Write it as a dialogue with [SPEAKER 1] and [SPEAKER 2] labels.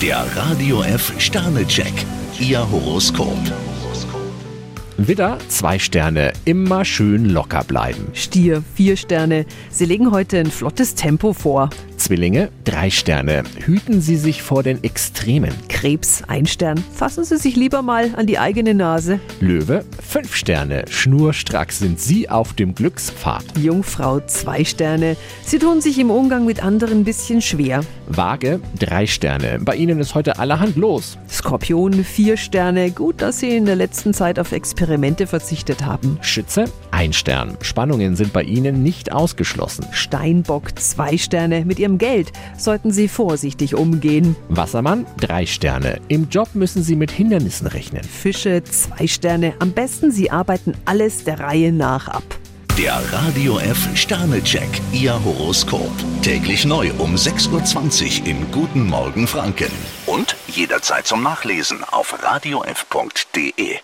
[SPEAKER 1] Der Radio F Sternecheck, Ihr Horoskop.
[SPEAKER 2] Widder, zwei Sterne, immer schön locker bleiben.
[SPEAKER 3] Stier, vier Sterne. Sie legen heute ein flottes Tempo vor.
[SPEAKER 2] Zwillinge, drei Sterne, hüten Sie sich vor den Extremen.
[SPEAKER 3] Krebs, ein Stern. Fassen Sie sich lieber mal an die eigene Nase.
[SPEAKER 2] Löwe, fünf Sterne, schnurstracks sind Sie auf dem Glückspfad.
[SPEAKER 3] Jungfrau, zwei Sterne. Sie tun sich im Umgang mit anderen ein bisschen schwer.
[SPEAKER 2] Waage, drei Sterne, bei Ihnen ist heute allerhand los.
[SPEAKER 3] Skorpion, vier Sterne. Gut, dass Sie in der letzten Zeit auf Experimente verzichtet haben.
[SPEAKER 2] Schütze, ein Stern, Spannungen sind bei Ihnen nicht ausgeschlossen.
[SPEAKER 3] Steinbock, zwei Sterne. Mit Ihrem Geld sollten Sie vorsichtig umgehen.
[SPEAKER 2] Wassermann, drei Sterne, im Job müssen Sie mit Hindernissen rechnen.
[SPEAKER 3] Fische, zwei Sterne. Am besten Sie arbeiten alles der Reihe nach ab.
[SPEAKER 1] Der Radio F Sternecheck, Ihr Horoskop. Täglich neu um 6.20 Uhr im Guten Morgen Franken. Und jederzeit zum Nachlesen auf radiof.de.